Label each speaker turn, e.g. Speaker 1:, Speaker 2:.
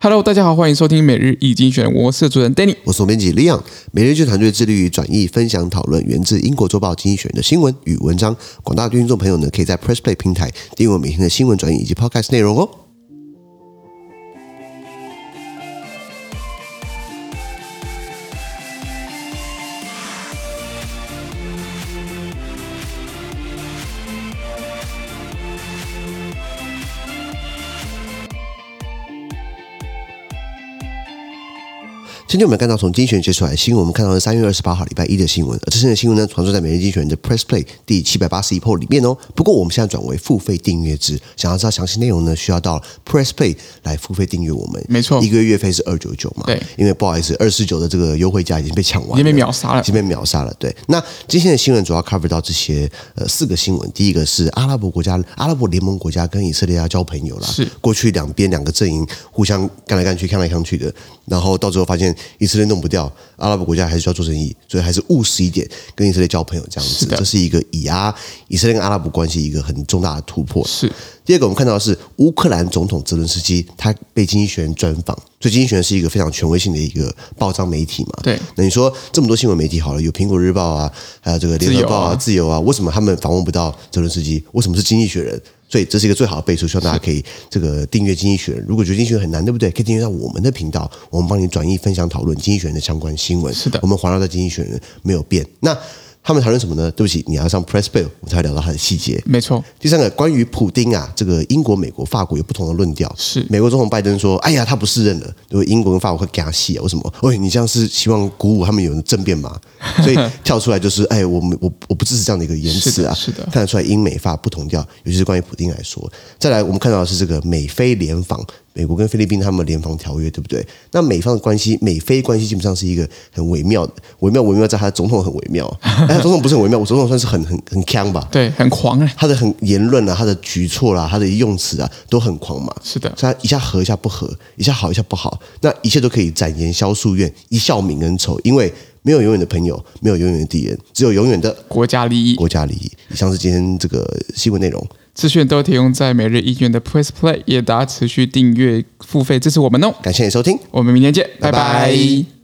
Speaker 1: Hello，大家好，欢迎收听每日易精选，我是主持人 Danny。
Speaker 2: 我是总编辑 Leon，每日剧团队致力于转译、分享、讨论源自英国《周报》精选的新闻与文章。广大的听众朋友呢，可以在 Press Play 平台订阅我们每天的新闻转译以及 Podcast 内容哦。今天我们看到从精选截出来的新闻，我们看到了三月二十八号礼拜一的新闻，而这次的新闻呢，传送在每日精选的 Press Play 第七百八十一 p 里面哦。不过我们现在转为付费订阅制，想要知道详细内容呢，需要到 Press Play 来付费订阅我们。
Speaker 1: 没错
Speaker 2: 一个月月费是二九九嘛。
Speaker 1: 对
Speaker 2: 因为不好意思，二四九的这个优惠价已经被抢完了，
Speaker 1: 已经被秒杀了
Speaker 2: 已经被秒杀了。对，那今天的新闻主要 cover 到这些呃四个新闻，第一个是阿拉伯国家、阿拉伯联盟国家跟以色列要交朋友啦，
Speaker 1: 是
Speaker 2: 过去两边两个阵营互相干来干去、看来看去的，然后到最后发现以色列弄不掉，阿拉伯国家还是需要做生意，所以还是务实一点，跟以色列交朋友这样
Speaker 1: 是
Speaker 2: 子，
Speaker 1: 的
Speaker 2: 这是一个以阿以色列跟阿拉伯关系一个很重大的突破。
Speaker 1: 是
Speaker 2: 第二个，我们看到的是乌克兰总统泽伦斯基，他被经济学人专访。所以经济学人是一个非常权威性的一个报章媒体嘛。
Speaker 1: 对
Speaker 2: 那你说这么多新闻媒体好了，有苹果日报啊，还有这个联合报啊、自由啊，为什么他们访问不到泽伦斯基？为什么是经济学人？所以这是一个最好的背书，希望大家可以这个订阅《经济学人》。如果觉得《经济学人》很难，对不对？可以订阅到我们的频道，我们帮你转译、分享、讨论《经济学人》的相关新闻。
Speaker 1: 是的
Speaker 2: 我们环绕在《经济学人》没有变。那他们讨论什么呢？对不起，你要上 Press Play，我们才会聊到它的细节。
Speaker 1: 没错，
Speaker 2: 第三个，关于普丁啊，这个英国、美国、法国有不同的论调。
Speaker 1: 是
Speaker 2: 美国总统拜登说：“哎呀，他不适任了。”因为英国跟法国会给他戏啊？为什么？ 喂，你这样是希望鼓舞他们有人政 变吗？所以跳出来就是：“哎，我们我我不支持这样的一个言辞啊。
Speaker 1: 是的是的
Speaker 2: 看得出来英美法不同调，尤其是关于普丁来说。再来，我们看到的是这个美菲联防，美国跟菲律宾他们联防条约，对不对？那美方的关系，美菲关系基本上是一个很微妙的，微妙微妙，在他的总统很微 妙，哎，总统不是很微妙，我总统算是很很很强吧。
Speaker 1: 对，很狂哎、
Speaker 2: 他的很言论啊，他的举措啦、他的用词啊，都很狂嘛。
Speaker 1: 是的
Speaker 2: 所以他一下合一下不合，一下好一下不好，那一切都可以展颜消夙怨，一笑泯恩仇，因为没有永远的朋友，没有永远的敌人，只有永远的
Speaker 1: 国家利益
Speaker 2: 国家利益。以上是今天这个新闻内容。
Speaker 1: 资讯都提供在每日易卷的 Press Play，也大家持续订阅付费支持我们哦。
Speaker 2: 感谢你的收听。
Speaker 1: 我们明天见，拜
Speaker 2: 拜
Speaker 1: 拜
Speaker 2: 拜